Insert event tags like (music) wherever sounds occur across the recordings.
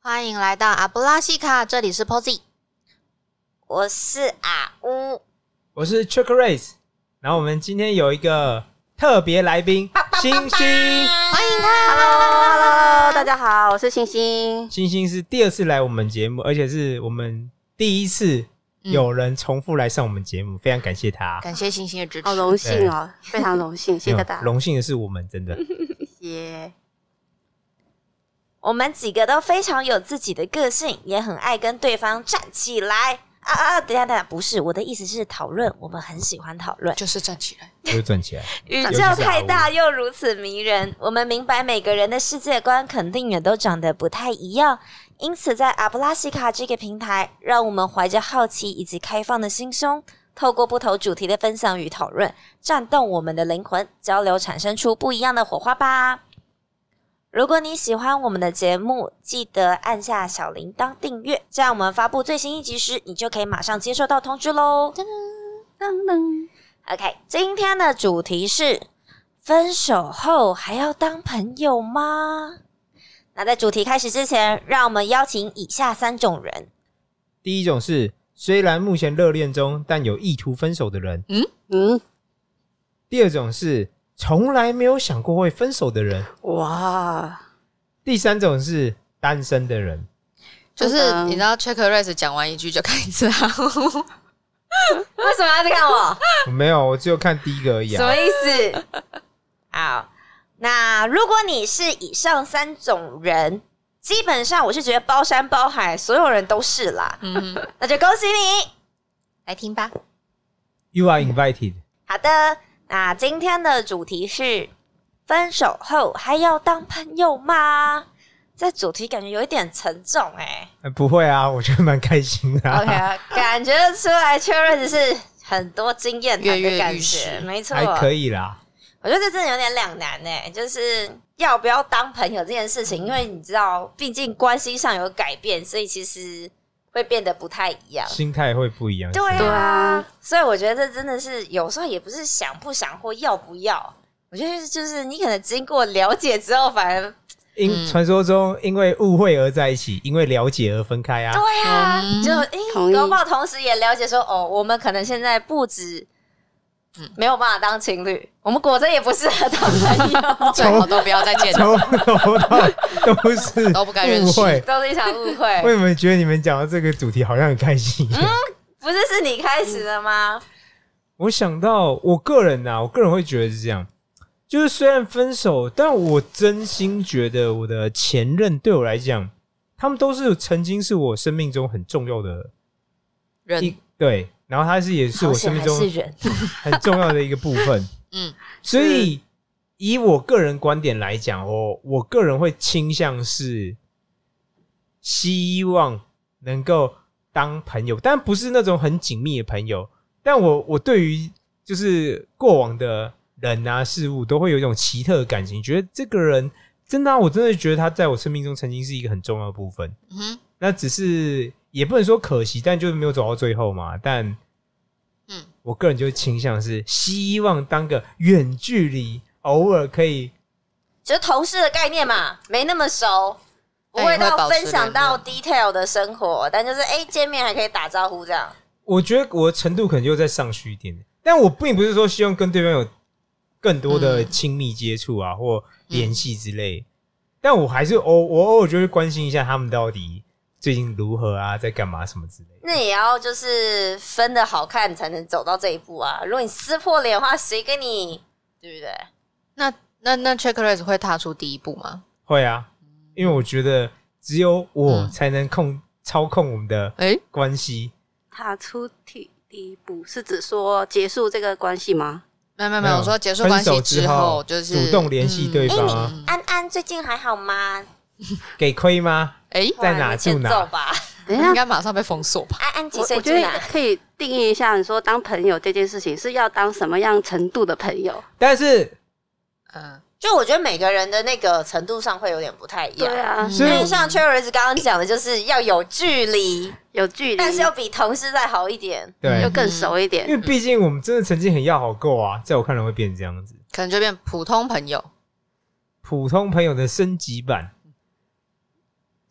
欢迎来到阿布拉西卡，这里是 Posy。我是阿乌，我是 Chuck Race，然后我们今天有一个特别来宾，星星，欢迎他 Hello，Hello，大家好，我是星星。星星是第二次来我们节目，而且是我们第一次嗯有人重复来上我们节目，非常感谢他。感谢星星的支持。好荣幸哦，非常荣幸，谢谢没大有家，荣幸的是我们真的，谢谢。我们几个都非常有自己的个性，也很爱跟对方站起来。啊啊！啊等一下，等一下，不是我的意思是讨论，我们很喜欢讨论。就是站起来，我就赚钱。宇宙太大又如此迷人，我们明白每个人的世界观肯定也都长得不太一样，因此在阿布拉西卡这个平台，让我们怀着好奇以及开放的心胸，透过不同主题的分享与讨论，战动我们的灵魂，交流产生出不一样的火花吧。如果你喜欢我们的节目，记得按下小铃铛订阅，这样我们发布最新一集时，你就可以马上接收到通知喽。噔噔， OK，今天的主题是分手后还要当朋友吗？那在主题开始之前，让我们邀请以下三种人。第一种是虽然目前热恋中，但有意图分手的人；嗯，第二种是从来没有想过会分手的人；哇，第三种是单身的人。就是你知道 Check Race 讲完一句就开始啊，为什么要看 (laughs) 我？我没有，我只有看第一个而已什么啊。意思？好，那如果你是以上三种人，基本上我是觉得包山包海，所有人都是啦。 (laughs) 嗯，那就恭喜你。来听吧。 You are invited。好的，那今天的主题是分手后还要当朋友吗？这主题感觉有一点沉重哎、呃不会啊， (laughs) 我觉得蛮开心的、啊。 OK，啊感觉出来确认是很多经验谈跃的跃感欲试觉，没 (laughs) 错。还可以啦。我觉得这真的有点两难哎、就是要不要当朋友这件事情，因为你知道，毕竟关系上有改变，所以其实会变得不太一样。心态会不一样。对是吧啊啊，所以我觉得这真的是有时候也不是想不想或要不要，我觉得就是你可能经过了解之后，反而嗯因传说中因为误会而在一起，因为了解而分开啊。对啊，嗯，就同诶，意搞不好同时也了解说哦，我们可能现在不止没有办法当情侣，我们果真也不适合当朋友最好都不要再 (laughs) 见，从头到都是都不该认识误会。都是一场误 (laughs) 为会。什么觉得你们讲到这个主题好像很开心一样？嗯不是是你开始的吗？我想到我个人啊呐、我个人会觉得是这样，就是虽然分手，但我真心觉得我的前任对我来讲，他们都是曾经是我生命中很重要的一人对，然后他是也是我生命中好险还是人，很重要的一个部分。嗯嗯，所以以我个人观点来讲，我我个人会倾向是希望能够当朋友，但不是那种很紧密的朋友。但我我对于就是过往的人啊事物，都会有一种奇特的感情，觉得这个人真的啊、我真的觉得他在我生命中曾经是一个很重要的部分。嗯那只是也不能说可惜，但就是没有走到最后嘛。但嗯嗯，我个人就倾向是希望当个远距离，偶尔可以就是同事的概念嘛，没那么熟，不但也会会到保持分享到联 detail 的生活，但就是哎、见面还可以打招呼这样。我觉得我的程度可能又再上去一点点，但我并不是说希望跟对方有更多的亲密接触嗯啊、或联系之类，但我还是偶我偶尔就会关心一下他们到底最近如何啊，在干嘛什么之类嗯的。那也要就是分的好看才能走到这一步啊！如果你撕破脸的话，谁跟你对不对？那那那 Check Race 会踏出第一步吗？会啊，因为我觉得只有我嗯才能控、操控我们的诶，关系。踏出第第一步是指说结束这个关系吗？没有没有没有，我说结束关系分手之后就是嗯主动联系对哎、方啊、你安安最近还好吗？给亏吗？哎，诶在哪哇你欠住哪揍吧？等一应下，该马上被封锁吧？安安几我岁我住觉得哪？可以定义一下，你说当朋友这件事情是要当什么样程度的朋友？但是，嗯，就我觉得每个人的那个程度上会有点不太一样。对啊，所因以为嗯像 Cherry 刚刚讲的，就是要有距离，有距离，但是要比同事再好一点。对嗯又，更熟一点因。为毕竟我们真的曾经很要好过啊，在我看来会变成这样子，可能就变普通朋友，普通朋友的升级版。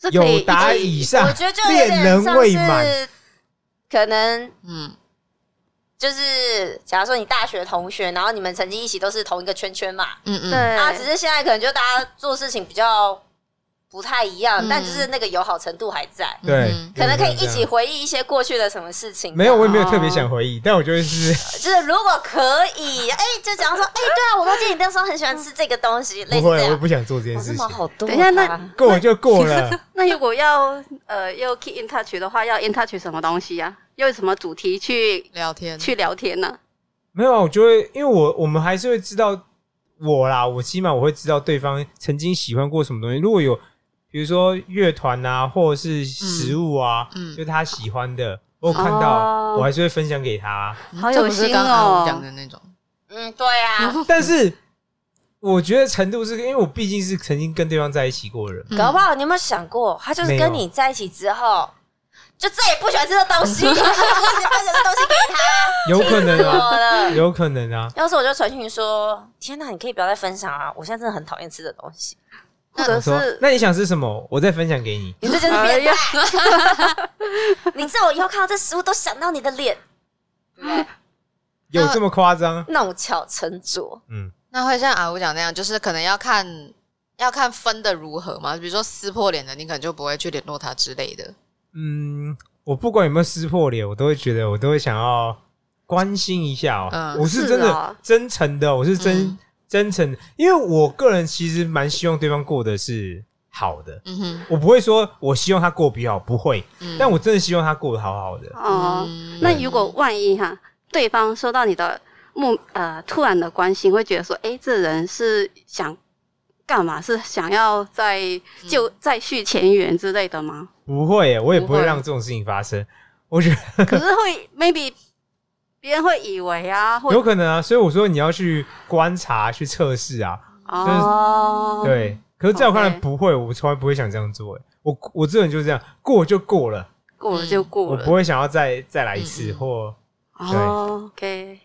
是可以有一达起以上我觉得就，有啊 (laughs) 恋点人像未满，是可能嗯，就是，假如说你大学同学，然后你们曾经一起都是同一个圈圈嘛，嗯嗯，对，啊，只是现在可能就大家做事情比较不太一样，嗯但就是那个友好程度还在，对嗯，可能可以有一这起样。回忆一些过去的什么事情。没有，我也没有特别想回忆，但我觉得是就是如果可以，哎、就讲说，哎、对啊，我都记得你那时候很喜欢吃这个东西， (laughs) 类不会，似这我也样。不想做这件哇事这么情。好多啊，等一下那过就过了， (laughs) 那如果要呃又 keep in touch 的话，要 in touch 什么东西呀、又有什么主题去聊天，去聊天呢、没有啊，我就会因为我我们还是会知道我啦，我起码我会知道对方曾经喜欢过什么东西。如果有比如说乐团啊，或者是食物啊，嗯就他喜欢的，我有看到、哦我还是会分享给他。嗯好这有不是心刚刚阿哦五讲的那种，嗯，对啊，但是我觉得程度是因为我毕竟是曾经跟对方在一起过 (laughs) 的人，嗯搞不好你有没有想过，他就是没有跟你在一起之后，就再也不喜欢吃这东西，一直分享这东西给有可能我啊，了。有可能啊。要是我就传讯说，天哪，你可以不要再分享啊！我现在真的很讨厌吃的东西，或我者说是，那你想吃什么？我再分享给你。你这就是哎变呀态。 (laughs) 你知道我以后看到这食物都想到你的脸，有这么夸张？弄巧成拙。嗯，那会像阿五讲那样，就是可能要看要看分的如何嘛，比如说撕破脸的，你可能就不会去联络他之类的。嗯，我不管有没有撕破脸，我都会觉得我都会想要关心一下哦。嗯我是真的是啊真诚的，哦我是真、嗯真诚的，因为我个人其实蛮希望对方过得是好的，嗯哼，我不会说我希望他过得比较好，不会，嗯但我真的希望他过得好好的。哦、嗯那如果万一哈、对方收到你的目呃突然的关心，会觉得说，哎、这人是想干嘛？是想要再就、再续前缘之类的吗？不会耶，我也不不会会让这种事情发生。我觉得可是会 maybe 别人会以为啊，或有可能啊，所以我说你要去观察、去测试啊。哦，，对，可是在我看来 OK 不会，我从来不会想这样做耶。我我这人就是这样，过就过了。过了就过我了。不会想要再再来一次，嗯嗯或哦，OK，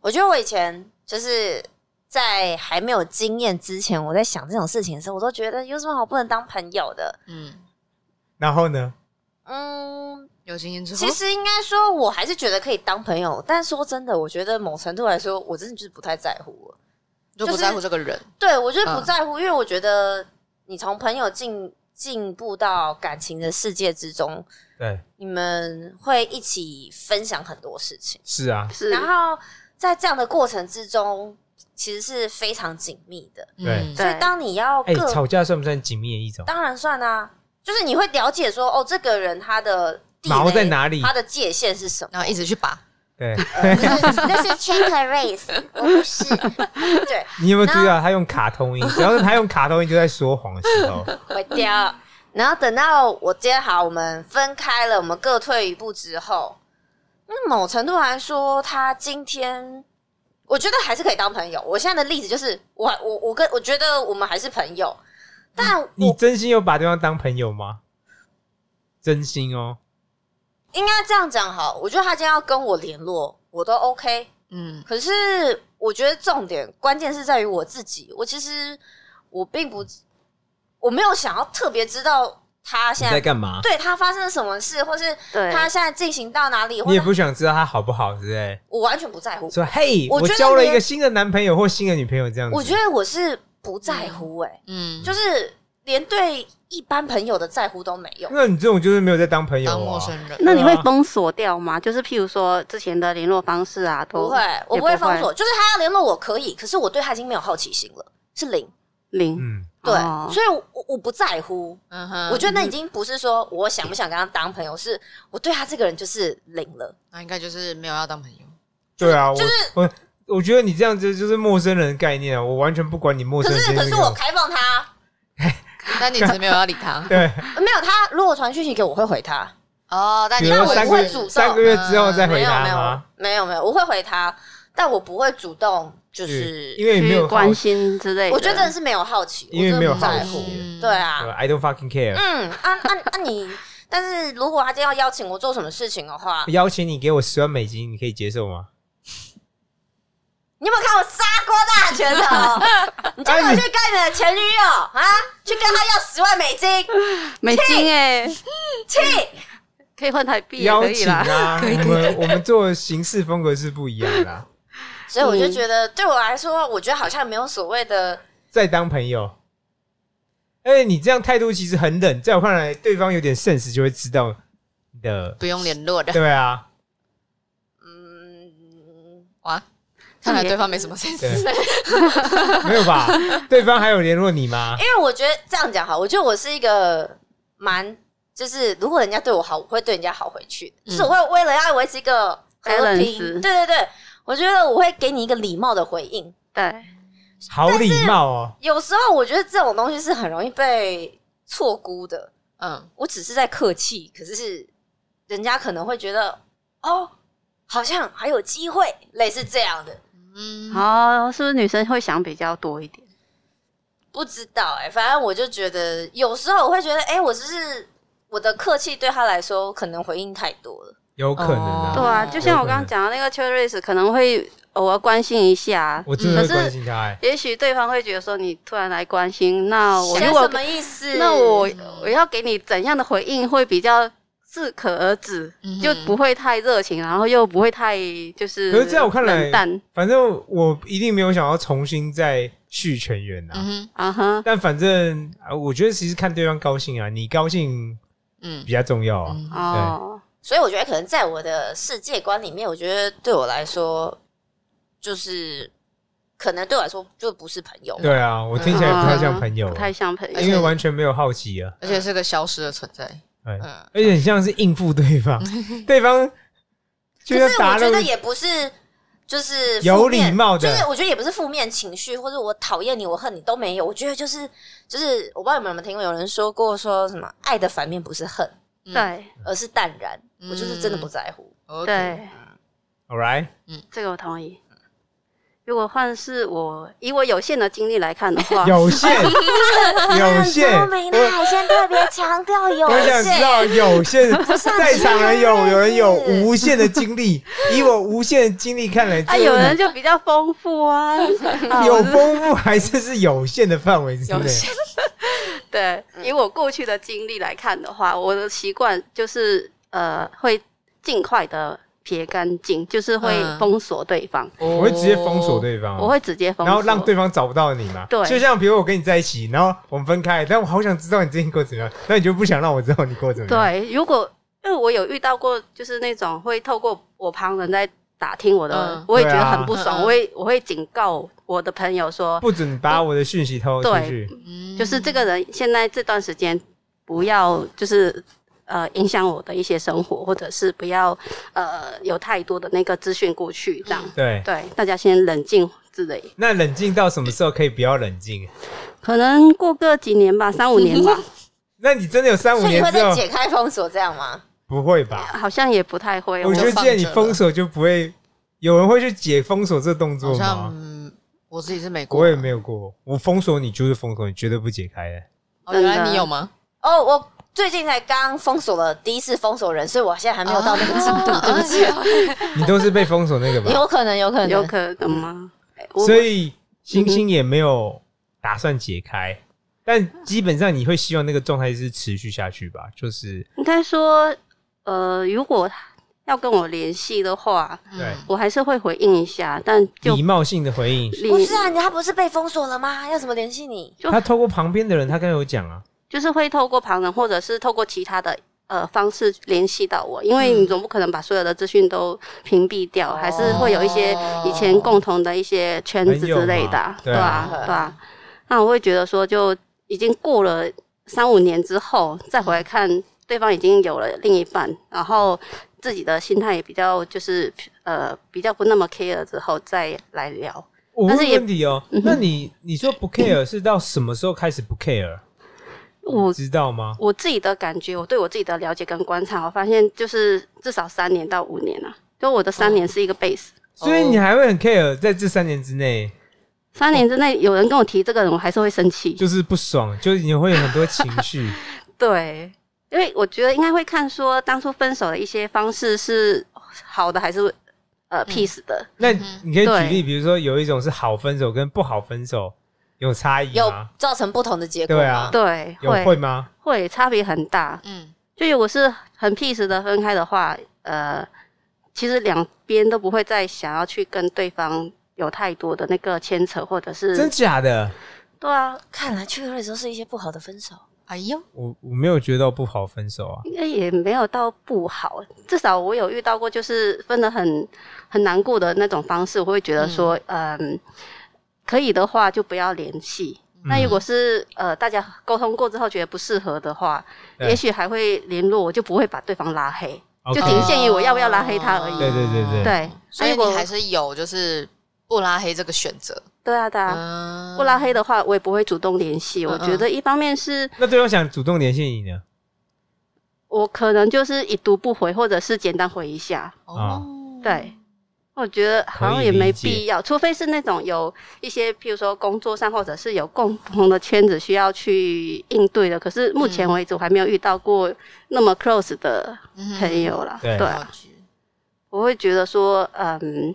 我觉得我以前就是在还没有经验之前，我在想这种事情的时候，我都觉得有什么好不能当朋友的？嗯，然后呢？嗯，有经验之后，其实应该说，我还是觉得可以当朋友，但说真的，我觉得某程度来说，我真的就是不太在乎了。就不在乎这个人，对我就是嗯不在乎，因为我觉得你从朋友进进步到感情的世界之中，对，你们会一起分享很多事情，是啊，是，然后在这样的过程之中，其实是非常紧密的。嗯对所以当你要哎、各吵架算不算紧密的一种？当然算啊，就是你会了解说，哦，这个人他的地毛雷在哪里他的界限是什么。然后一直去拔，对，那是 check race，我不 (laughs) 是。对， (laughs) 你有没有注意到他用卡通音？只要是他用卡通音，就在说谎的时 (laughs) 候，我掉。然后等到我今天好，我们分开了，我们各退一步之后，那某程度来说，他今天我觉得还是可以当朋友。我现在的例子就是，我我我跟我觉得我们还是朋友，但你我真心有把对方当朋友吗？真心哦，应该这样讲好，我觉得他今天要跟我联络，我都 OK。嗯可是我觉得重点关键是在于我自己，我其实我并不，我没有想要特别知道他你现在在干嘛？对他发生了什么事，或是对他现在进行到哪里，或你也者不想知道他好不好，对不对？我完全不在乎。说嘿，我我觉得交了一连个新的男朋友或新的女朋友，这样子。我觉得我是不在乎、欸，哎、嗯，就是连对一般朋友的在乎都没有。那你这种就是没有在当朋友、啊，当陌生人，那你会对啊封锁掉吗？就是譬如说之前的联络方式啊，都不会，我也不会封锁，就是他要联络我可以，可是我对他已经没有好奇心了，是零。零。嗯，对，哦所以我我不在乎，嗯哼，我觉得那已经不是说我想不想跟他当朋友，是我对他这个人就是零了。那应该就是没有要当朋友，对啊，就是我我我觉得你这样子就是陌生人的概念啊，我完全不管你陌可生人是这件可事是情。我开放他，但你只是没有要理他 (laughs) 对，呃没有他如果传讯息给我，我会回他，哦，啊但比你如那说我三不个会月主动三个月之后再嗯没回有答没有吗？没有没有，我会回他，但我不会主动，就是因为没去有关心之类的，我觉得 (laughs) 真的是没有好奇，因为没有我真好嗯的不在乎。奇对啊， ，I don't fucking care。嗯，啊啊啊你，但是如果他今天要邀请 (laughs) 我做什么事情的话，邀请你给我十万美金，你可以接受吗？你有没有看我砂锅大拳 (laughs) 头？你叫我去跟你的前女友啊，去跟她要十万美 (laughs) 金，美金哎、气！ (laughs) 可以换台币也邀 (laughs) 可以请啦。啊，我们 (laughs) 我们做的行事风格是不一样的啊、所以我就觉得，对我来说，我觉得好像没有所谓的再当朋友。哎、你这样态度其实很冷，在我看来，对方有点 sense 就会知道你 (laughs) 的，不用联络的。对啊，嗯，哇，看来对方没什么 sense。 (laughs) 没有吧？对方还有联络你吗 (laughs) 哎因？为我觉得这样讲好，我觉得我是一个蛮，就是如果人家对我好，我会对人家好回去，嗯就是我会为了要维持一个和平，对 Balance 对对，我觉得我会给你一个礼貌的回应。对，好礼貌哦、有时候我觉得这种东西是很容易被错估的，嗯，我只是在客气，可是是人家可能会觉得哦，好像还有机会，类似这样的，嗯，哦，是不是女生会想比较多一点？不知道哎、反正我就觉得有时候我会觉得，哎、我只是我的客气对他来说可能回应太多了。有可能啊，哦对啊，就像我刚刚讲的那个 c h e r r y s 可能会偶尔关心一下，我真的会嗯可是关心他、哎，也许对方会觉得说你突然来关心，那哦我现在如果什么意思？那我我要给你怎样的回应会比较适可而止，嗯哼就不会太热情，然后又不会太就是可是在我看来冷淡反正我一定没有想要重新再续全员啊。嗯哼，啊哈，但反正啊我觉得其实看对方高兴啊，你高兴嗯比较重要啊。嗯，哦，所以我觉得可能在我的世界观里面，我觉得对我来说，就是可能对我来说就不是朋友。对啊，我听起来不太像朋友啊、嗯不太像朋友，因为完全没有好奇啊。而且是个消失的存在。嗯，嗯，而且很像是应付对方，(laughs) 嗯对方就可要是打我觉了得也不是，就是负面有礼貌的就是我觉得也不是负面情绪，或者我讨厌你，我恨你都没有。我觉得就是就是，我不知道你们有没有听过有人说过说什么爱的反面不是恨，嗯对而是淡然。嗯我就是真的不在乎。 ，OK，对， ，All right，这个我同意。如果换是我以我有限的经历来看的话，有限， (laughs) 有限，啊的海鲜特别强调有我想知道有限，啊在场人有有人有无限的精 (laughs) 力，以我无限的精力看来，啊，这有人就比较丰富啊，(laughs) 啊有丰富还是是有限的范围之内有，限对，以我过去的经历来看的话，我的习惯就是呃，会尽快的撇干净，就是会嗯封锁对方，我会直接封锁哦对方啊，我会直接封锁，然后让对方找不到你嘛。对就像比如我跟你在一起，然后我们分开，但我好想知道你最近过得怎么样， (laughs) 那你就不想让我知道你过得怎么样。对，如果因为我有遇到过，就是那种会透过我旁人在打听我的，嗯我也觉对得啊很不爽，嗯嗯我会我会警告我的朋友说，不准把我的讯息偷出去。嗯就是这个人现在这段时间不要就是呃影响我的一些生活，或者是不要呃有太多的那个资讯过去这样。对，对，大家先冷静之类，那冷静到什么时候可以不要冷静？可能过个几年吧，三五年吧，那你真的有三五所以你年会之再后解开封锁这样吗？不会吧？好像也不太会。哦我觉得既然你封锁，就不会有人会去解封锁这动好作像吗？嗯我自己是美国我人，也没有过，我封锁你就是封锁你，绝对不解开的。哦，原来你有吗？哦，我最近才刚封锁了第一次封锁人，所以我现在还没有到那个进度，啊对不 (laughs) 起。你都是被封锁那个 (laughs) 吧？哦有可能，有可能， (laughs) 有可能吗？我所以星星也没有打算解开，嗯但基本上你会希望那个状态是持续下去吧？就是应该说，呃，如果要跟我联系的话，对我还是会回应一下，但就礼貌性的回应。礼不是啊，你他不是被封锁了吗？要怎么联系你？就他透过旁边的人，他刚才有讲啊，就是会透过旁人或者是透过其他的呃方式联系到我，因为你总不可能把所有的资讯都屏蔽掉，还是会有一些以前共同的一些圈子之类的啊，朋友嘛对啊，对啊。那我会觉得说，就已经过了三五年之后，再回来看对方已经有了另一半，然后自己的心态也比较就是呃比较不那么 care 之后再来聊。我问但是个也嗯问题哦、那你你说不 care 是到什么时候开始不 care？我知道吗？我自己的感觉，我对我自己的了解跟观察，我发现就是至少三年到五年啊，就我的三年是一个 base，、所以你还会很 care，在这三年之内三年之内有人跟我提这个人，我还是会生气。就是不爽，就是你会有很多情 (laughs) 绪。对，因为我觉得应该会看说当初分手的一些方式是好的还是呃 peace 的。那嗯哼你可以举对例，比如说有一种是好分手跟不好分手有差异有吗？造成不同的结果啊对吗啊？对，有会会吗？会差别很大。嗯就如果是很 peace 的分开的话，呃，其实两边都不会再想要去跟对方有太多的那个牵扯，或者真是假的？对啊，看来去的时候是一些不好的分手。哎呦，我我没有觉得不好分手啊。应该也没有到不好。至少我有遇到过，就是分的很很难过的那种方式，我会觉得说，嗯、可以的话就不要联系。嗯嗯那如果是呃大家沟通过之后觉得不适合的话，对也许还会联络，我就不会把对方拉黑。 OK 就仅限于我要不要拉黑他而已对对对对对，所以那如果你还是有就是不拉黑这个选择，对啊，对啊。嗯，不拉黑的话，我也不会主动联系。嗯我嗯觉得一方面是那对方想主动联系你呢？我可能就是已读不回，或者是简单回一下。啊哦，对，我觉得好像也没必要，除非是那种有一些，譬如说工作上或者是有共同的圈子需要去应对的。可是目前为止，我还没有遇到过那么 close 的嗯哼朋友啦。对道对啊，具我会觉得说，嗯，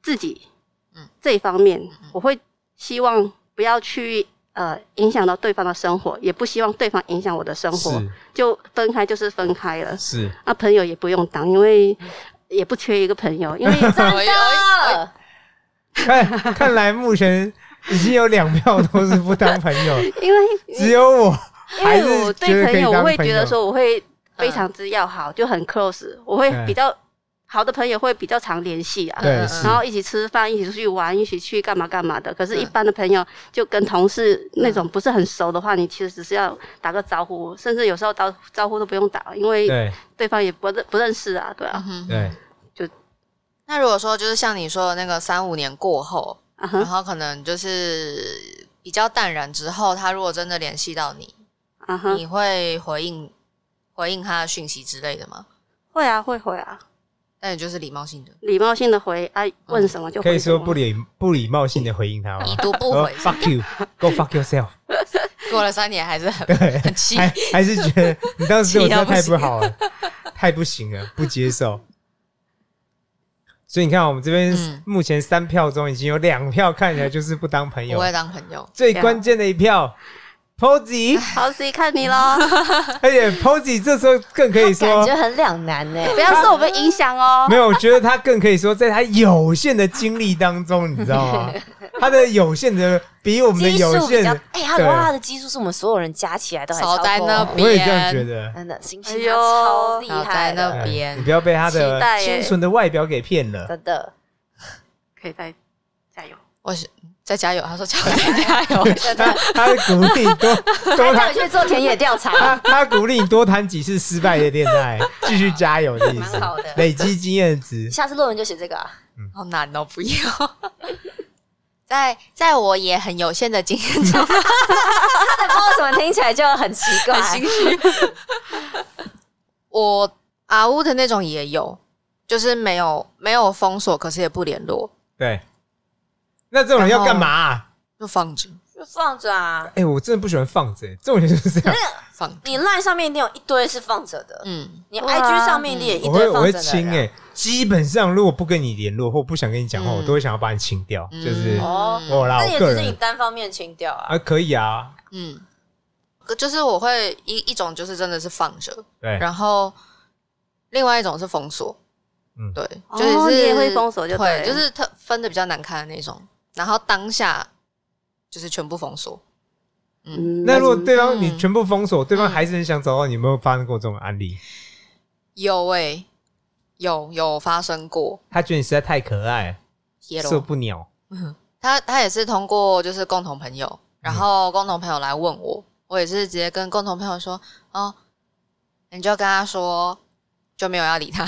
自己嗯这一方面，我会希望不要去。呃，影响到对方的生活，也不希望对方影响我的生活。是就分开就是分开了，是，啊，朋友也不用当，因为也不缺一个朋友，因为 (laughs) 真哎哎的，看看来目前已经有两票都是不当朋 (laughs) 友，因为只有我因还为我是觉对得可朋以友，我当会朋觉得友。说我嗯会非常之要好，就很 close，我会对比较好的朋友会比较常联系啊。对，嗯是然后一起吃饭，一起出去玩，一起去干嘛干嘛的。可是，嗯一般的朋友就跟同事那种不是很熟的话，你其实只是要打个招呼，甚至有时候招招呼都不用打，因为对对方也不认不认识啊，对嗯啊，哼对，那如果说就是像你说的那个三五年过后，啊然哈后可能就是比较淡然之后，他如果真的联系到你，啊嗯哈，你会回应回应他的讯息之类的吗？会啊会会啊，那你就是礼貌性的，礼貌性的回啊，问什么就可以回什说么。不 (laughs) 礼不礼貌性的回应他吗已？ (laughs) 读不说回。 fuck you，go fuck yourself，过了三年还是 (laughs) 很对，很气，还还是觉得你当时对我真的太气不到不行好了，太不行了，不接受。所以你看，我们这边嗯目前三票中已经有两票看起来就是不当朋不友，会当朋友。最关键的一票 Posy，好，自己看你喽，而且 Posy 这时候更可以感说觉很两难呢。不要受我们影响哦没。有，我觉得他更可以说，在他有限的精力当中，你知道吗？他的有限的比我们的基有数比限较的，，哎，他对的哇，他的基数是我们所有人加起来都还超少过在那边，我也这样觉得。真的，星哎星呦他超厉好在害那的，哎边你不要被他期的待耶清纯的外表给骗了。真的，可以再加油，我是再加油，他说加油，再加 (laughs) 油。他他鼓励你多多带谈我，去做田野调 (laughs) 查。他他鼓励你多谈几次失败的恋爱，继续加油的意思蛮好的，累积经验值。下次论文就写这个、啊，好难哦，不要。在在我也很有限的经验中，但不知道怎么听起来就很奇怪。很心虚。我阿乌的那种也有，就是没有没有封锁，可是也不联络，对，那这种人要干嘛啊、就放着就放着啊，哎、我真的不喜欢放着、这种人就是这样。放着。你 line 上面一定有一堆是放着的，嗯，你对啊 IG 上面一定也一我会堆嗯我放会着的清人啊哎、基本上如果不跟你联络或不想跟你讲话，嗯我都会想要把你清掉，就是嗯哦我啦，那我也个只是你人单方面清掉啊。啊可以啊，嗯，可就是我会一一种就是真的是放着，对，然后另外一种是封锁，嗯对，哦就是你也会封锁就对，对就是特分的比较难看的那种，然后当下就是全部封锁，嗯，那如果对方嗯你全部封锁，对方嗯还是很想找到你，有没有发生过这种案例？有诶、有有发生过，他觉得你实在太可爱，耶受喽，不了。他他也是通过就是共同朋友，然嗯后共同朋友来问我，我也是直接跟共同朋友说，哦，你就跟他说就没有要理他，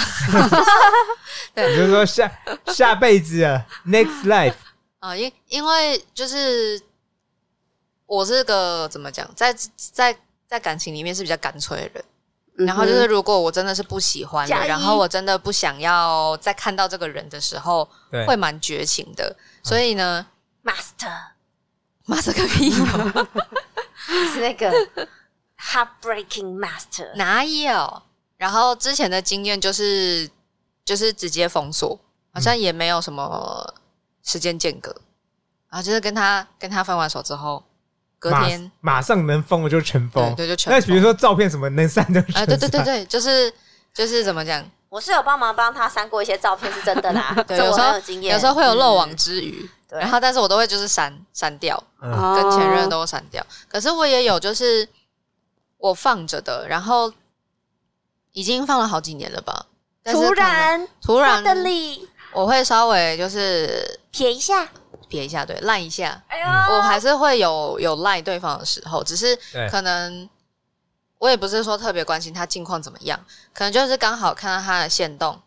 你就说下下辈子 (laughs) 啊，next life，啊，因因为就是我是个怎么讲，在在在感情里面是比较干脆的人。嗯哼然后就是，如果我真的是不喜欢的加，一然后我真的不想要再看到这个人的时候，对嗯会蛮绝情的。所以呢， Master 马斯克屁哦 (laughs) 是那 (laughs) 个 Heartbreaking Master，哪有？然后之前的经验就是就是直接封锁，好嗯像也没有什么时间间隔，然后就是跟他跟他分完手之后，隔马天马上能封的就成对封。对就全那比封如说照片什么能删 (laughs) 就全啊、删。对对对对，就是就是怎么讲，我是有帮忙帮他删过一些照片，是真的 (laughs) 啦。对这我有时候很有经验，有时候会有漏网嗯之鱼，对哦然后但是我都会就是删删掉，嗯，跟前任都删掉。可是我也有就是我放着的，然后已经放了好几年了吧。但是突可能然突然 suddenly 我会稍微就是撇一下，撇一下，对，烂一下，哎呦，我还是会有有赖对方的时候，只是对可能我也不是说特别关心他近况怎么样，可能就是刚好看到他的线动，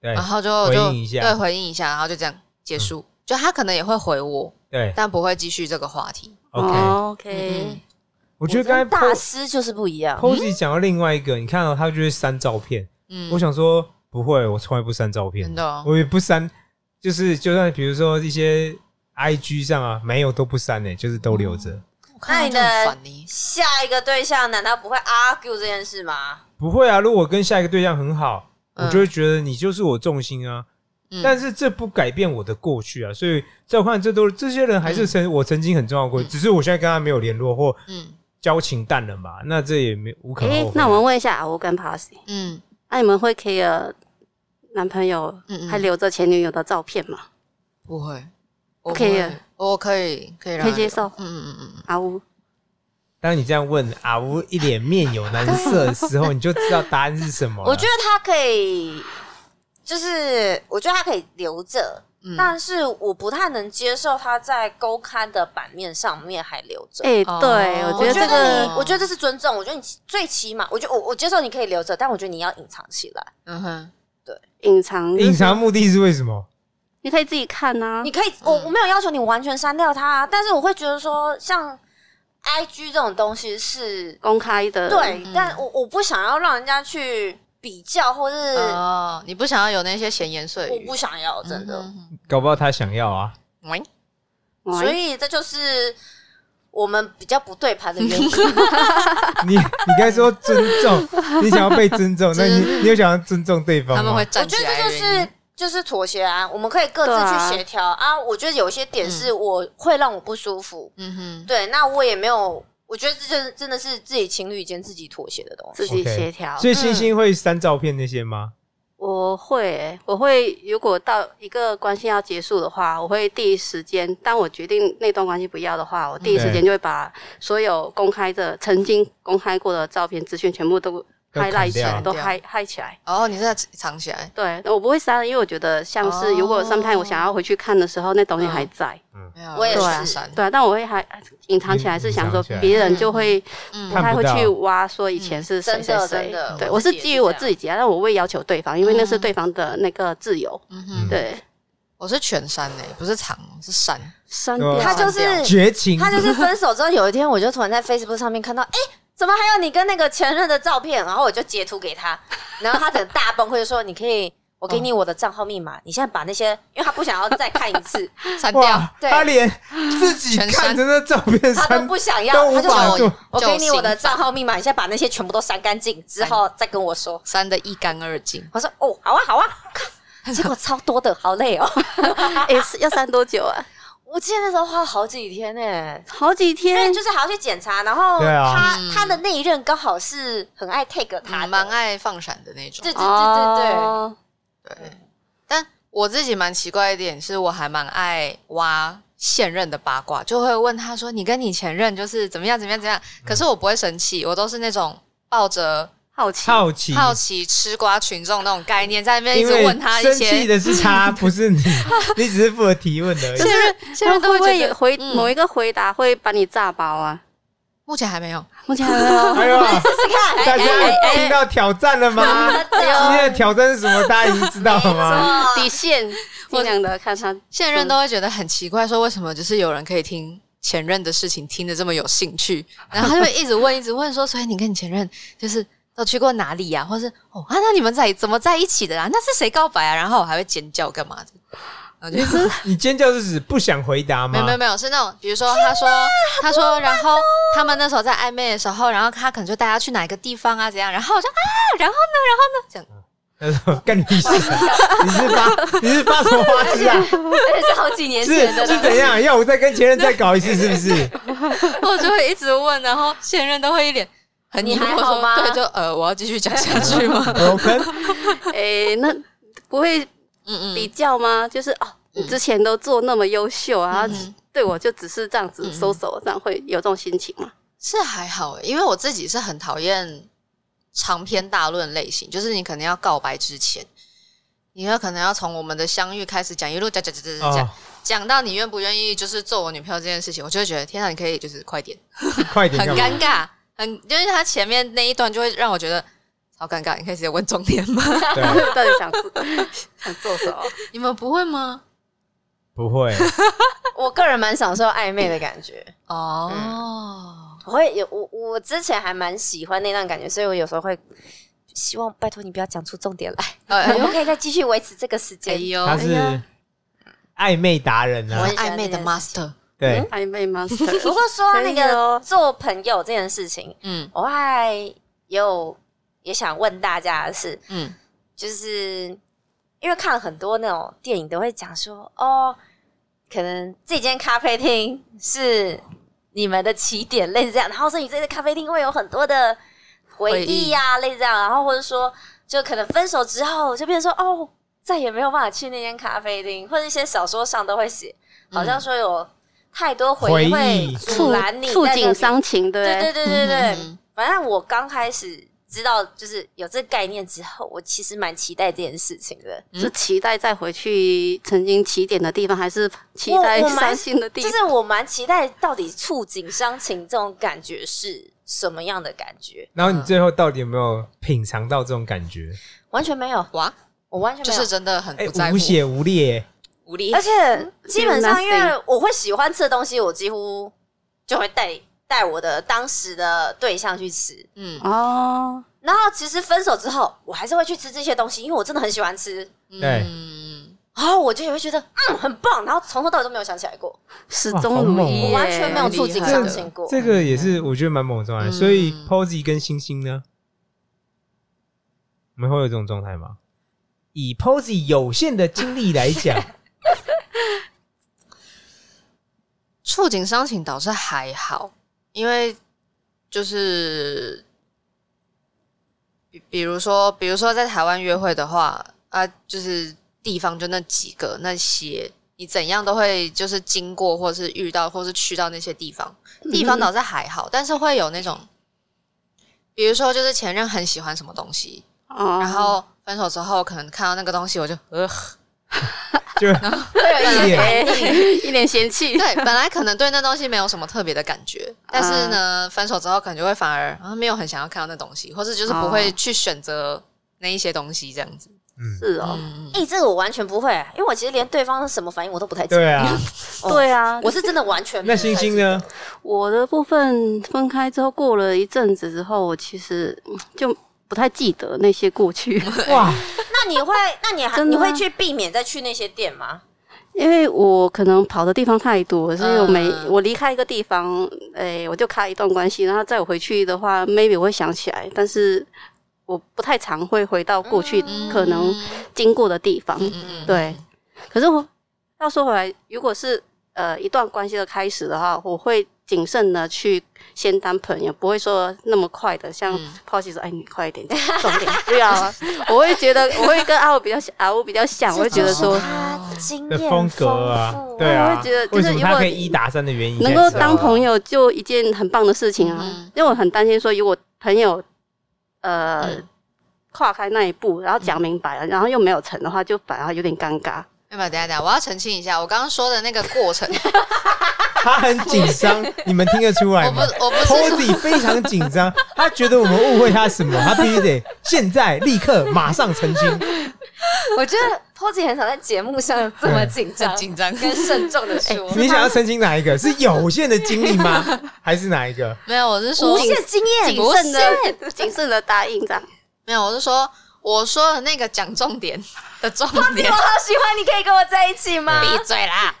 对然后就哎回就应一下嗯对回应一下，然后就这样结束。就他可能也会回我，对但不会继续这个话题。 ，OK。嗯哦 OK，我觉得刚才我跟大 Po- 师就是不一样。 Posy 讲到另外一个，你看到他就是删照片，嗯，我想说不会，我从来不删照片真，的哦我也不删，就是就算比如说一些 IG 上啊，没有都不删呢，就是都留着。我看到就很烦你下一个对象难道不会 argue 这件事吗？不会啊，如果跟下一个对象很好，嗯我就会觉得你就是我重心啊。嗯但是这不改变我的过去啊，所以在我看来，这都这些人还是曾、我曾经很重要的过去，只是我现在跟他没有联络或嗯交情淡了嘛，那这也没无可厚诶非。那我们问一下阿吴跟 Pass，嗯那啊你们会 care 男朋友嗯嗯还留着前女友的照片吗？不会，我不可以会，我可以可以啊让可以他接留受啊嗯嗯嗯嗯，阿吴，当你这样问阿吴一脸面有难色的时候，你就知道答案是什么了。我觉得他可以，就是我觉得他可以留着，嗯但是我不太能接受他在公刊的版面上面还留着。哎，哦对，我我觉得觉这得你，个哦我觉得这是尊重。我觉得你最起码，我觉得我我接受你可以留着，但我觉得你要隐藏起来。嗯哼，隐藏 (laughs) 隐，藏目的是为什么？你可以自己看啊你。可以，嗯我我没有要求你完全删掉它啊，但是我会觉得说，像 I G 这种东西是公开的，对，嗯但我我不想要让人家去比较，或是哦，你不想要有那些闲言碎我语，不想要，真的。嗯哼搞不好他想要啊。哼喂喂，所以这就是我们比较不对盘的原 (laughs) 因。你你该说尊重，你想要被尊重，那你你有想要尊重对方吗？他们会我站觉起得来这的就原因，是就是妥协啊，我们可以各对啊自去协调啊我觉得有一些点是我会让我不舒服，嗯哼，对，那我也没有，我觉得这就是真的是自己情侣间自己妥协的东西。自己 OK 协调。所以星星会删照片那些吗？我会欸、我会如果到一个关系要结束的话，我会第一时间，当我决定那段关系不要的话，我第一时间就会把所有公开的、曾经公开过的照片、资讯全部都嗨砍赖起来，掉都掉嗨嗨起来。哦，你是在藏起来，对，我不会删，因为我觉得像是如果哦上片我想要回去看的时候，那东西嗯还在。没有，我也就是欸删，对啊，但我会还隐藏起来，是想说隐藏起来别人就会不嗯看太不会到去挖说以前是谁嗯谁真的谁真的。对，我我是自己也是基于我这样自己啊，但我会要求对方，因为那是嗯对方的那个自由。嗯哼，对。我是全删诶，不是藏，是删，删对掉，啊他就删是绝情，他就是分手之后，有一天我就突然在 Facebook 上面看到，哎、怎么还有你跟那个前任的照片？然后我就截图给他，然后他整个大崩溃，就说：“你可以，我给你我的账号密码，你现在把那些，因为他不想要再看一 (laughs) 次，删掉，哇，对他连自己全删看着那照片他都删不想要，都无他就法说做哦就我给你我的就账号密码，你先把那些全部都删干净，之后再跟我说。删的一干二净，我说哦，好啊，好啊，看结果超多的，好累 (laughs) 哦。哎、是要删多久啊？我记得那时候花了好几天呢、 (laughs) 好几因为天，就是还要去检查，然后对他、啊他的那一任刚好是很爱 take 他嗯的，蛮爱放闪的那种对对对，对对，哦对。但我自己蛮奇怪一点，是我还蛮爱挖现任的八卦，就会问他说：“你跟你前任就是怎么样怎么样怎么样？”嗯可是我不会生气，我都是那种抱着好奇，好奇，好奇吃瓜群众那种概念，在那边一因直为问他一生气些。的是他，不 (laughs) 是你，你只是负责提问而已就。是现他在会都不会会觉有得回嗯某一个回答会把你炸爆啊？目前还没有，目前还没 (laughs) 有，哎呦，试试看，大哎哎家哎听到挑战了吗？今天的挑战是什么？大家已经知道了吗？底线尽量的看他，现任都会觉得很奇怪，说为什么就是有人可以听前任的事情听得这么有兴 (laughs) 趣，然后他就会一直问，一直问说，所以你跟你前任就是都去过哪里呀、或是哦啊，那你们在怎么在一起的啊？那是谁告白啊？然后我还会尖叫干嘛的？然后就你尖叫是指不想回答没有没有没吗？有，是那种比如 (laughs) 说他说他说，然后他们那时候在暧昧的时候，然后他可能就带他去哪一个地方啊怎样，然后我就啊，然后呢，然后呢，这样他说：“干你屁事啊！你是发你是发什么花 (laughs) 痴啊？而且是好几年是前的是了。怎样？要我再跟前任再搞一次，是不是？ (laughs) 我就会一直问，然后现任都会一脸很你疑惑还好说吗对，就呃，我要继续讲下去吗？ (laughs) broken 诶，哎那不会嗯比嗯，较吗？就是哦，你之前都做那么优秀啊，嗯只对我就只是这样子嗯收手，这样会有这种心情吗？是还好欸，因为我自己是很讨厌长篇大论类型，就是你可能要告白之前，你要可能要从我们的相遇开始讲，一路讲讲讲讲讲讲哦，讲到你愿不愿意就是做我女朋友这件事情，我就会觉得天哪，啊你可以就是快点，快点很干嘛？尴尬，很就是他前面那一段就会让我觉得超尴尬。你可以直接问重点吗？对，到底想做想做什么？ (laughs) 你们不会吗？不会，我个人蛮享受暧昧的感觉，哦，我会有我我之前还蛮喜欢那段感觉，所以我有时候会希望拜托你不要讲出重点 (laughs) 来，哎我们呦，可以再继续维持这个时哎间。呦，他哎是呀暧昧达人我啊很，暧昧的 master，对，暧昧 (laughs) master，不过说到那可以个哦做朋友这件事情，嗯我还有也想问大家的是，嗯，就是因为看了很多那种电影，都会讲说，哦，可能这间咖啡厅是你们的起点，类似这样。然后所以这个咖啡厅会有很多的回忆呀、类似这样。然后或者说，就可能分手之后，就变成说，哦，再也没有办法去那间咖啡厅，或者一些小说上都会写，好像说有太多回忆回忆会阻嗯促拦你促在那进边伤情，对不对对对嗯对对对嗯嗯，反正我刚开始知道就是有这个概念之后，我其实蛮期待这件事情的。嗯是期待再回去曾经起点的地方，还是期待我我蛮伤心的地就方？是我蛮期待到底触景伤情这种感觉是什么样的感觉，然后你最后到底有没有品尝到这种感觉？完全没有，哇，我完全就没有。是真的很哎不在，乎无，血无力耶，无力而，且基本上， Feel 因 nothing 为我会喜欢吃的东西，我几乎就会带带我的当时的对象去吃。嗯哦，然后其实分手之后，我还是会去吃这些东西，因为我真的很喜欢吃。对嗯，然后我就也会觉得，嗯，很棒。然后从头到尾都没有想起来过。始哇好终如猛一哦耶，完全没有触景伤情过。这个也是我觉得蛮猛的状态。嗯所以 Posy 跟星星呢，我们会有这种状态吗？以 Posy 有限的经历来讲，触景伤情倒是还好，因为就是比比如说，比如说在台湾约会的话，啊，就是地方就那几个那些，你怎样都会就是经过，或是遇到，或是去到那些地方。地方倒是还好，但是会有那种，比如说就是前任很喜欢什么东西，哦，然后分手之后可能看到那个东西，我就呃。就一脸对一脸 (laughs) 嫌 (laughs) 弃，对，本来可能对那东西没有什么特别的感 (laughs) 觉，但是呢，分手之后可能就会反而啊没有很想要看到那东西，或是就是不会去选择那一些东西这样子。嗯，是哦，嗯，嗯哎、这个我完全不会，因为我其实连对方是什么反应我都不太记得。对啊。哦对啊，我是真的完全不那太记星星得。呢？ (laughs) 我的部分分开之后，过了一阵子之后，我其实嗯就不太记得那些过去，哇，那你会，那你还真你的啊会去避免再去那些店吗？因为我可能跑的地方太多，所以我每、嗯我离开一个地方，哎，我就开一段关系，然后再我回去的话，maybe 我会想起来，但是我不太常会回到过去嗯可能经过的地方，嗯，对。可是我要说回来，如果是呃一段关系的开始的话，我会谨慎的去先当朋友，不会说那么快的，像嗯抛弃说，哎，你快一 (laughs) 点，重点不要啊。我会觉得，我会跟阿五比较像，阿五比较像，我会觉得这说种。他经的验风丰格啊富，对啊我会觉得，就为是什如么果他可以一打三的原因，能够当哦朋，友就一件很棒的事情啊嗯，因为我很担心说，如果朋友呃嗯跨开那一步，然后讲明白了，然后又没有成的话，就反而有点尴尬。没有，哎等一下等一下，我要澄清一下，我刚刚说的那个过程，他很紧张，你们听得出来我不吗我不是？Posy 非常紧张，他觉得我们误会他什么，他必须得现在立刻马上澄清。 (laughs) 我觉得 Posy 很少在节目上这么紧张很、紧张，跟慎重的说。你想要澄清哪一个？是有限的经历 (laughs) 吗？还是哪一个？ (laughs) 没有，我是说无限经验，谨慎的、谨慎的答应这样。没有，我是说我说的那个讲重点的重点我，好喜欢，你可以跟我在一起吗？闭嘴啦！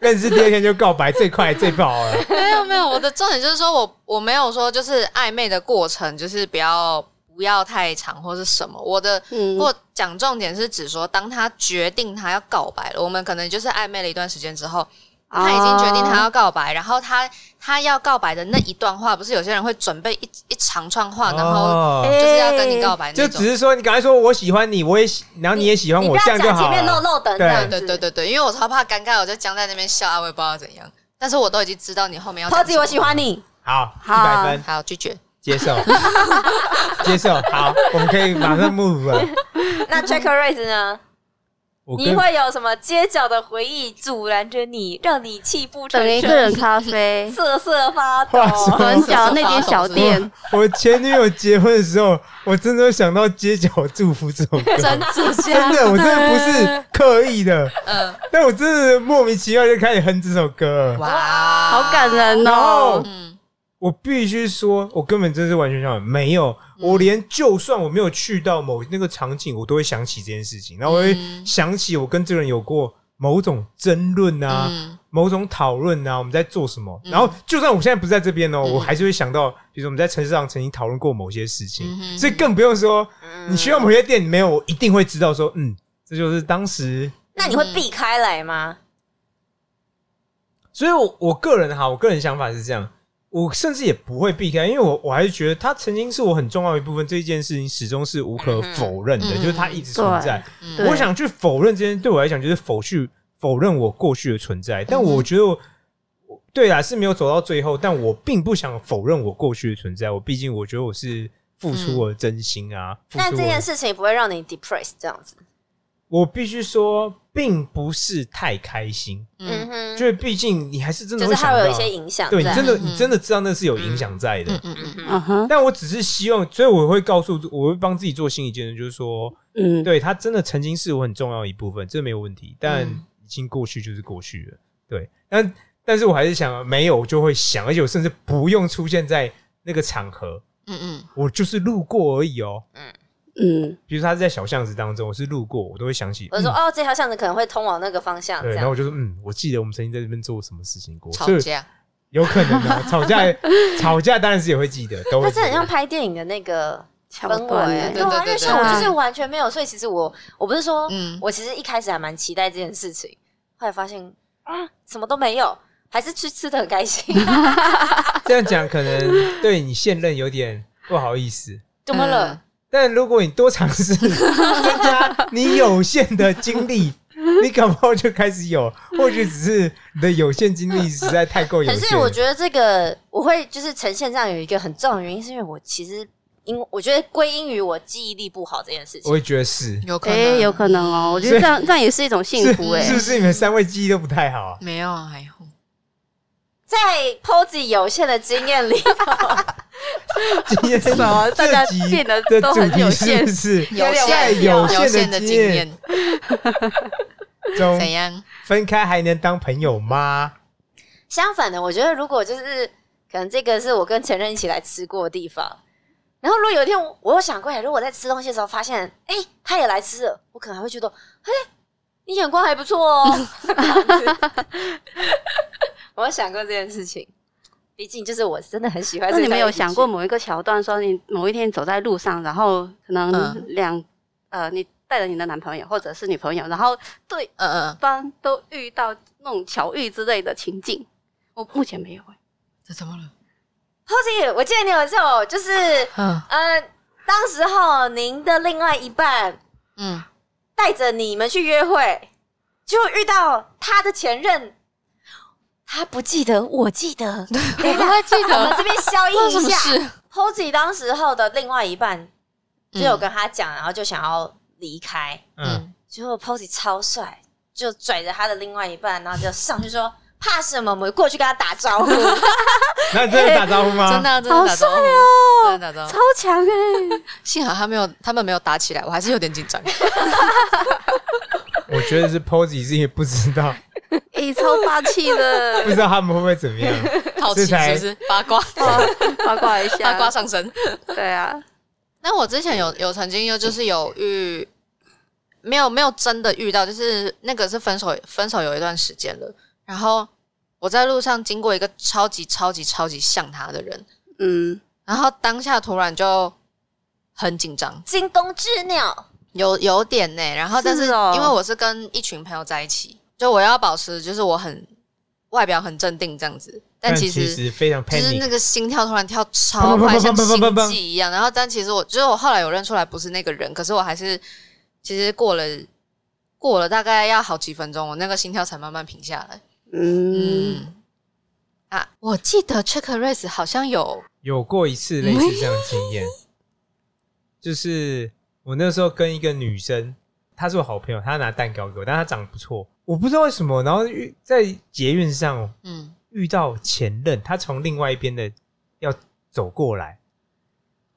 认识第二天就告白，最快最不好了。没有没有，我的重点就是说我我没有说就是暧昧的过程，就是不要不不要太长或是什么。我的嗯，或讲重点是指说，当他决定他要告白了，我们可能就是暧昧了一段时间之后，啊他已经决定他要告白，然后他他要告白的那一段话，不是有些人会准备一一长串话，然后哦哎就是要跟你告白那就种只。是说你赶快说我喜欢你，我也喜，然后你也喜欢你不我，这要样就讲前好面漏了。漏等这对样对子，对对对，因为我超怕尴尬，我就僵在那边笑，啊我也不知道怎样。但是我都已经知道你后面要讲超级我喜什欢你，好，一好百分么，，好拒绝。接 (laughs) 受，接受。好，我们可以马上 move 了。那 Jack Race 呢？我你跟会有什么街角的回忆阻拦着你，让你泣不成等一个声，，人咖啡 (laughs) 瑟瑟发抖？话说转角那间小店， (laughs) 我前女友结婚的时候，我真的有想到《街角祝福》这首歌，真之家的， (laughs) 我真的不是刻意的，嗯，但我真的莫名其妙就开始哼这首歌了。哇，好感。人然哦后。嗯，我必须说，我根本真是完全想没有，我连就算我没有去到某那个场景，我都会想起这件事情，然后我会嗯想起我跟这个人有过某种争论啊，嗯，某种讨论啊，我们在做什么。嗯然后，就算我现在不在这边哦，嗯我还是会想到，比如说我们在城市上曾经讨论过某些事情，嗯哼嗯所以更不用说嗯你去到某些店里没有，我一定会知道说，嗯，这就是当时。那你会避开来吗？所以我我个人哈，我个人想法是这样，我甚至也不会避开，因为我我还是觉得他曾经是我很重要的一部分，这一件事情始终是无可否认的，嗯就是它一直存在。嗯对我想去否认这件，对我来讲就是否去否认我过去的存在。嗯但我觉得我，我对啦是没有走到最后，但我并不想否认我过去的存在。我毕竟我觉得我是付出我的真心啊，付但出嗯这我件的。事情不会让你 depressed 这样子。我必须说，并不是太开心，嗯嗯哼，就是毕竟你还是真的就会是想它到，啊会有一些影响在。对你真的嗯你真的知道那是有影响在的。嗯嗯嗯，嗯哼，但我只是希望，所以我会告诉，我会帮自己做心理建设，就是说，嗯，对他真的曾经是我很重要的一部分，这没有问题。但嗯已经过去就是过去了，对。但但是我还是想，没有我就会想，而且我甚至不用出现在那个场合，嗯嗯，我就是路过而已哦。嗯，比如说他是在小巷子当中，我是路过，我都会想起。我说嗯哦，这条巷子可能会通往那个方向，对，这然后样我就说，嗯，我记得我们曾经在这边做什么事情过，所吵以架。有可能啊，吵 (laughs) 架，吵架当然是也会记得，都会它记这很像得。拍电影的那个桥氛段围，对欸啊，对因为对像我对就是完全没有，所以其实我我不是说，嗯我其实一开始还蛮期待这件事情，后来发现啊什么都没有，还是去吃的很开心， (laughs) 这样讲可能对你现任有点不好意思。怎么了？但如果你多尝试增加你有限的精力，你搞不好就开始有，或许只是你的有限精力实在太够有可限。是我觉得这个我会就是呈现这样有一个很重要的原因，是因为我其实因为我觉得归因于我记忆力不好这件事我情。也觉得是，嗯有可能，哎，有可能哦。我觉所得以这样这样也是一种幸是福哎是。不是你们三位记忆都不太好 (laughs) 啊？没有啊，还好。在 Posy 有限的经验里， (laughs) 今天什么大家变得的都主很题有是限不是有在限有限限的的经经验嗯验中怎样？分开还能当朋友吗？相反的，我觉得如果就是可能这个是我跟前任一起来吃过的地方，然后如果有一天我我有想过，哎如果我在吃东西的时候发现，哎、他也来吃了，我可能还会觉得，哎、你眼光还不错 (laughs) 哦。 (laughs) 这样子我有想过这件事情，毕竟就是我真的很喜欢。那你们有想过？某一个桥段，说你某一天走在路上，然后可嗯能两呃，你带着你的男朋友或者是女朋友，然后对嗯嗯，方都遇到那种巧遇之类的情境？我目前没有哎。这怎么了？ Posy，我记得你有一次哦，就是嗯呃，当时候您的另外一半嗯，带着你们去约会，结果遇到他的前任，他不记得，我 (laughs) 记得，我还记我们这边 (laughs) 消音发生什一么下。事？ Posy 当时候的另外一半就有跟他嗯讲，然后就想要离开，嗯，结果 Posy 超帅，就拽着他的另外一半，然后就上去说。怕什么？我们过去跟他打招 (laughs) 呼。那你真的打招呼吗？真的啊真好的打帅招呼，哦真，的打招超呼。强哎！幸好他没有，他们没有打起来，我还是有点紧 (laughs) 张。我觉得是 Posy 自己不知道，哎，超霸气不的，知道他们会不会怎么样。好奇这才是不是？八卦，哇八卦一下，八卦上身。对啊，那我之前有有曾经有就是有遇，没有没有真的遇到，就是那个是分手分手有一段时间了，然后我在路上经过一个超级超级超级像他的人，嗯，然后当下突然就很紧张，惊弓之鸟，有有点呢、然后，但是是哦因为我是跟一群朋友在一起，就我要保持就是我很外表很镇定这样子，但其实实非常就是那 panic，个心跳突然跳超快，砰砰像砰砰砰砰砰心悸一样。然后，但其实我就是我后来有认出来不是那个人，可是我还是其实过了过了大概要好几分钟，我那个心跳才慢慢平下来。嗯，嗯。啊，我记得 Check Race 好像有有过一次类似这样的经验，就是我那时候跟一个女生，她是我好朋友，她拿蛋糕给我，但她长得不错，我不知道为什么，然后遇在捷运上哦嗯，遇到前任，她从另外一边的要走过来，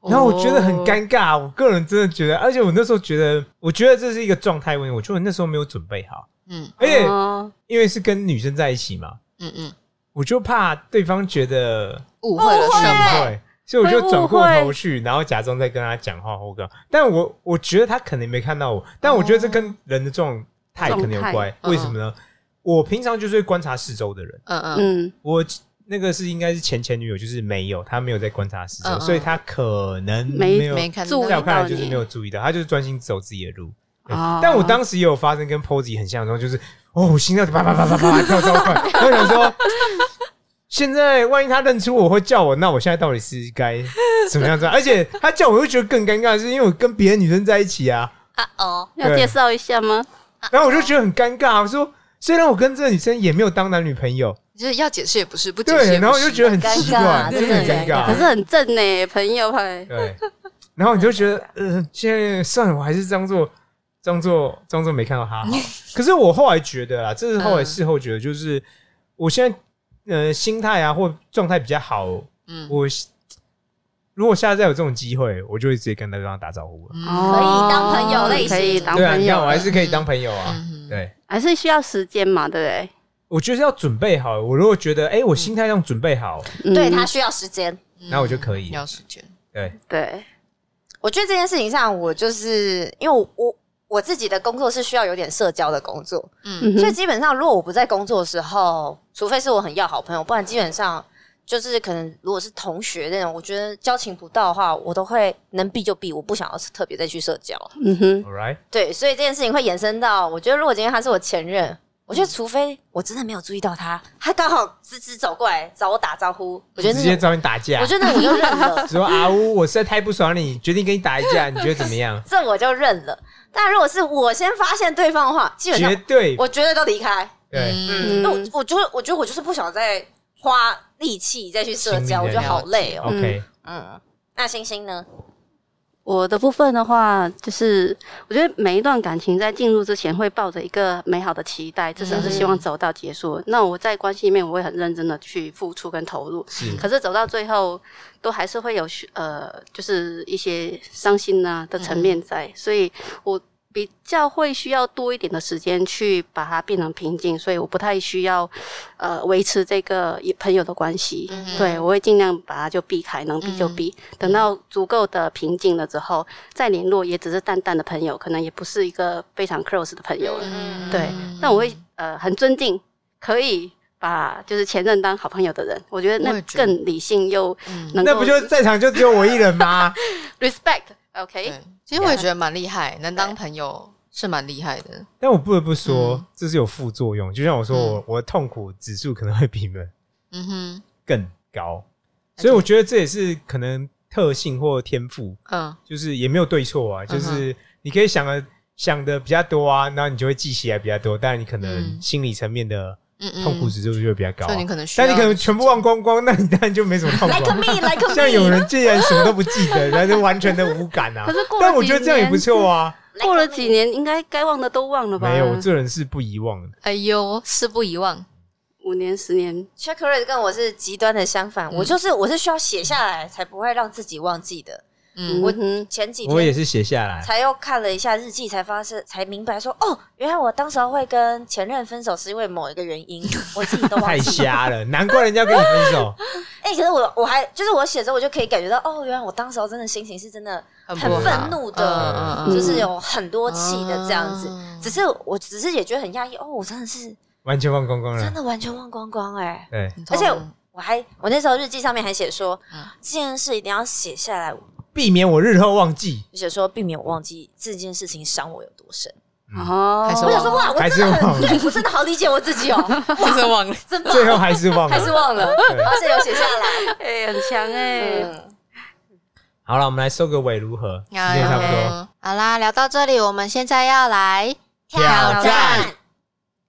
然后我觉得很哦，尴尬，我个人真的觉得，而且我那时候觉得，我觉得这是一个状态问题，我觉得我那时候没有准备好，嗯而且哦因为是跟女生在一起嘛，嗯嗯，我就怕对方觉得误会了什么？对，所以我就转过会误头会去，然后假装在跟他讲话或干嘛。但我我觉得他可能没看到我，但我觉得这跟人的状态可能有关。态为什么呢？我平常就是会观察四周的人，嗯嗯嗯，我那个是应该是前前女友，就是没有，她没有在观察四周，嗯嗯所以她可能没有嗯，没看到注意在到我看来就是没有注意到，她就是专心走自己的路。对哦但我当时也有发生跟 Posy 很像的状况，就是哦，我心跳啪啪啪啪啪啪跳超快，然后想说，现在万一他认出我会叫我，那我现在到底是该怎么样子啊？而且他叫我又觉得更尴尬，是因为我跟别的女生在一起啊，啊哦，要对介绍一下吗？然后我就觉得很尴尬，我说。虽然我跟这个女生也没有当男女朋友，就是要解释也不是，不解释对，也不然后我是就觉得很尴奇尬怪，真的真的很很尴尬。可是很正呢，朋友 (laughs) 还对，然后你就觉得，呃，现在算了，我还是装作装作装作没看到他好。 (laughs) 可是我后来觉得啊，这是后来嗯事后觉得，就是、我现在呃心态啊或状态比较好，嗯，我如果下次再有这种机会，我就会直接跟对方打招呼了。嗯可以当朋友类型哦可以当对啊，朋你友看了，我还是可以当朋友啊。嗯对，还是需要时间嘛，对我觉得要准备好。我如果觉得，哎、我心态上准备好，不对？对嗯他需要时间。那我就可以要时间，对，对，我觉得这件事情上，我就是因为我我我自己的工作是需要有点社交的工作，嗯嗯哼所以基本上如果我不在工作的时候，除非是我很要好朋友，不然基本上就是可能如果是同学那种，我觉得交情不到的话，我都会能避就避，我不想要特别再去社交。嗯哼， ，All right，对，所以这件事情会延伸到，我觉得如果今天他是我前任，我觉得除非我真的没有注意到他，他刚好直直走过来找我打招呼，我觉得直接那种找你打架我。觉得那我就认了。说啊呜，我实在太不爽你，决定跟你打一架，你觉得怎么样？这我就认了。但如果是我先发现对方的话，基本绝上对我绝对都离开。对。嗯嗯，那我我就会我觉得我就是不想再花力气再去社交，我心里在觉得好累哦。 OK，、嗯，那星星呢？我的部分的话，就是我觉得每一段感情在进入之前会抱着一个美好的期待，这甚至希望走到结束。那我在关系里面，我会很认真的去付出跟投入。是可是走到最后，都还是会有需呃，就是一些伤心呐、的层面在，所以我比较会需要多一点的时间去把它变成平静，所以我不太需要呃维持这个朋友的关系，嗯对我会尽量把它就避开，能避就避，等到足够的平静了之后再联络，也只是淡淡的朋友，可能也不是一个非常 close 的朋友了。嗯对，但我会呃很尊敬，可以把就是前任当好朋友的人，我觉得我那也觉得更理性又嗯能够那不就在场就只有我一 (laughs) 人吗？ respect OK？对，其实我也觉得蛮厉害，能当朋友是蛮厉害的。但我不得不说，嗯这是有副作用。就像我说，嗯我我的痛苦指数可能会比你们嗯哼，更高，所以我觉得这也是可能特性或天赋，嗯，就是也没有对错啊，哼就是你可以想的想的比较多啊，然后你就会记起来比较多，但你可能嗯心理层面的嗯嗯，痛苦指数就会比较高啊、所以你可能需要，但你可能全部忘光光，那你当然就没什么哦痛苦、啊。 Like (laughs) me, like me。 (laughs) 像有人竟然什么都不记得，然后就完全的无感啊可。是过了但我觉得几这样也年不错啊。过了几年，应该该忘的都忘了吧？没有，我这人是不遗忘的。哎呦，事不遗忘，五年十年， c h e c k r a t e 跟我是极端的相嗯反，我就是我是需要写下来才不会让自己忘记的。嗯我嗯哼前几我天也是写下 (laughs) 来，才又看了一下日记，才发现才明白说，哦，原来我当时候会跟前任分手是因为某一个原因，我自己都 (laughs) 忘太记了。瞎了，难怪人家跟你分手。哎、可是我我还就是我写着，我就可以感觉到，哦，原来我当时候真的心情是真的很很不好愤怒的，嗯嗯嗯就是有很多气的这样子。嗯只是我只是也觉得很压抑，哦，我真的是完全忘光光真了。的完全忘光光哎、对，很痛而且我还我那时候日记上面还写说，嗯这件事一定要写下来，避免我日后忘记。就写说避免我忘记这件事情伤我有多深。哦还，是我想忘说了，哇，我还真是的忘很，了对我真的好理解我自 (laughs) 己哦，还是忘了。真棒，最后还是忘还是了。忘了，对而且有写下来。哎、很强哎、嗯，好了，我们来收个尾，如何？时间差不多。嗯好啦，聊到这里，我们现在要来挑战。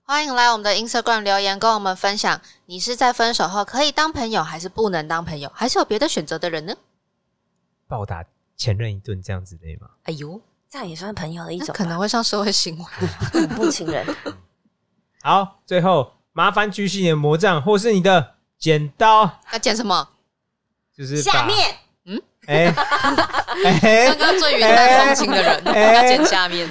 欢迎来我们的 Instagram 留言，跟我们分享你是在分手后可以当朋友，还是不能当朋友，还是有别的选择的人呢？暴打前任一顿，这样子对吗？哎呦，这样也算朋友的一那种吧，可能会上社会新闻。恐怖情 (laughs) 人。好，最后麻烦举起你的魔杖，或是你的剪刀，要剪什么？就是把下面哎 (laughs) 哎刚，刚最云淡风轻的人 (laughs) 哎要剪下面。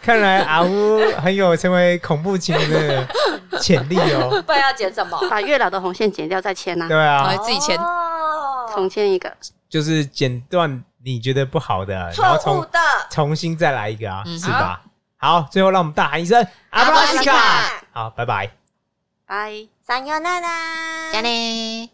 看来阿乌很有成为恐怖情人的潜力 (laughs) 哦。不然要剪什么？把月老的红线剪掉再牵啊，对啊，自己签重哦牵一个。就是剪断你觉得不好的，然后错误重的。重新再来一个啊，嗯是吧？好，最后让我们大喊一声阿布布拉拉西西卡卡，好，拜拜。拜。三幺娜 (laughs) 娜，加呢。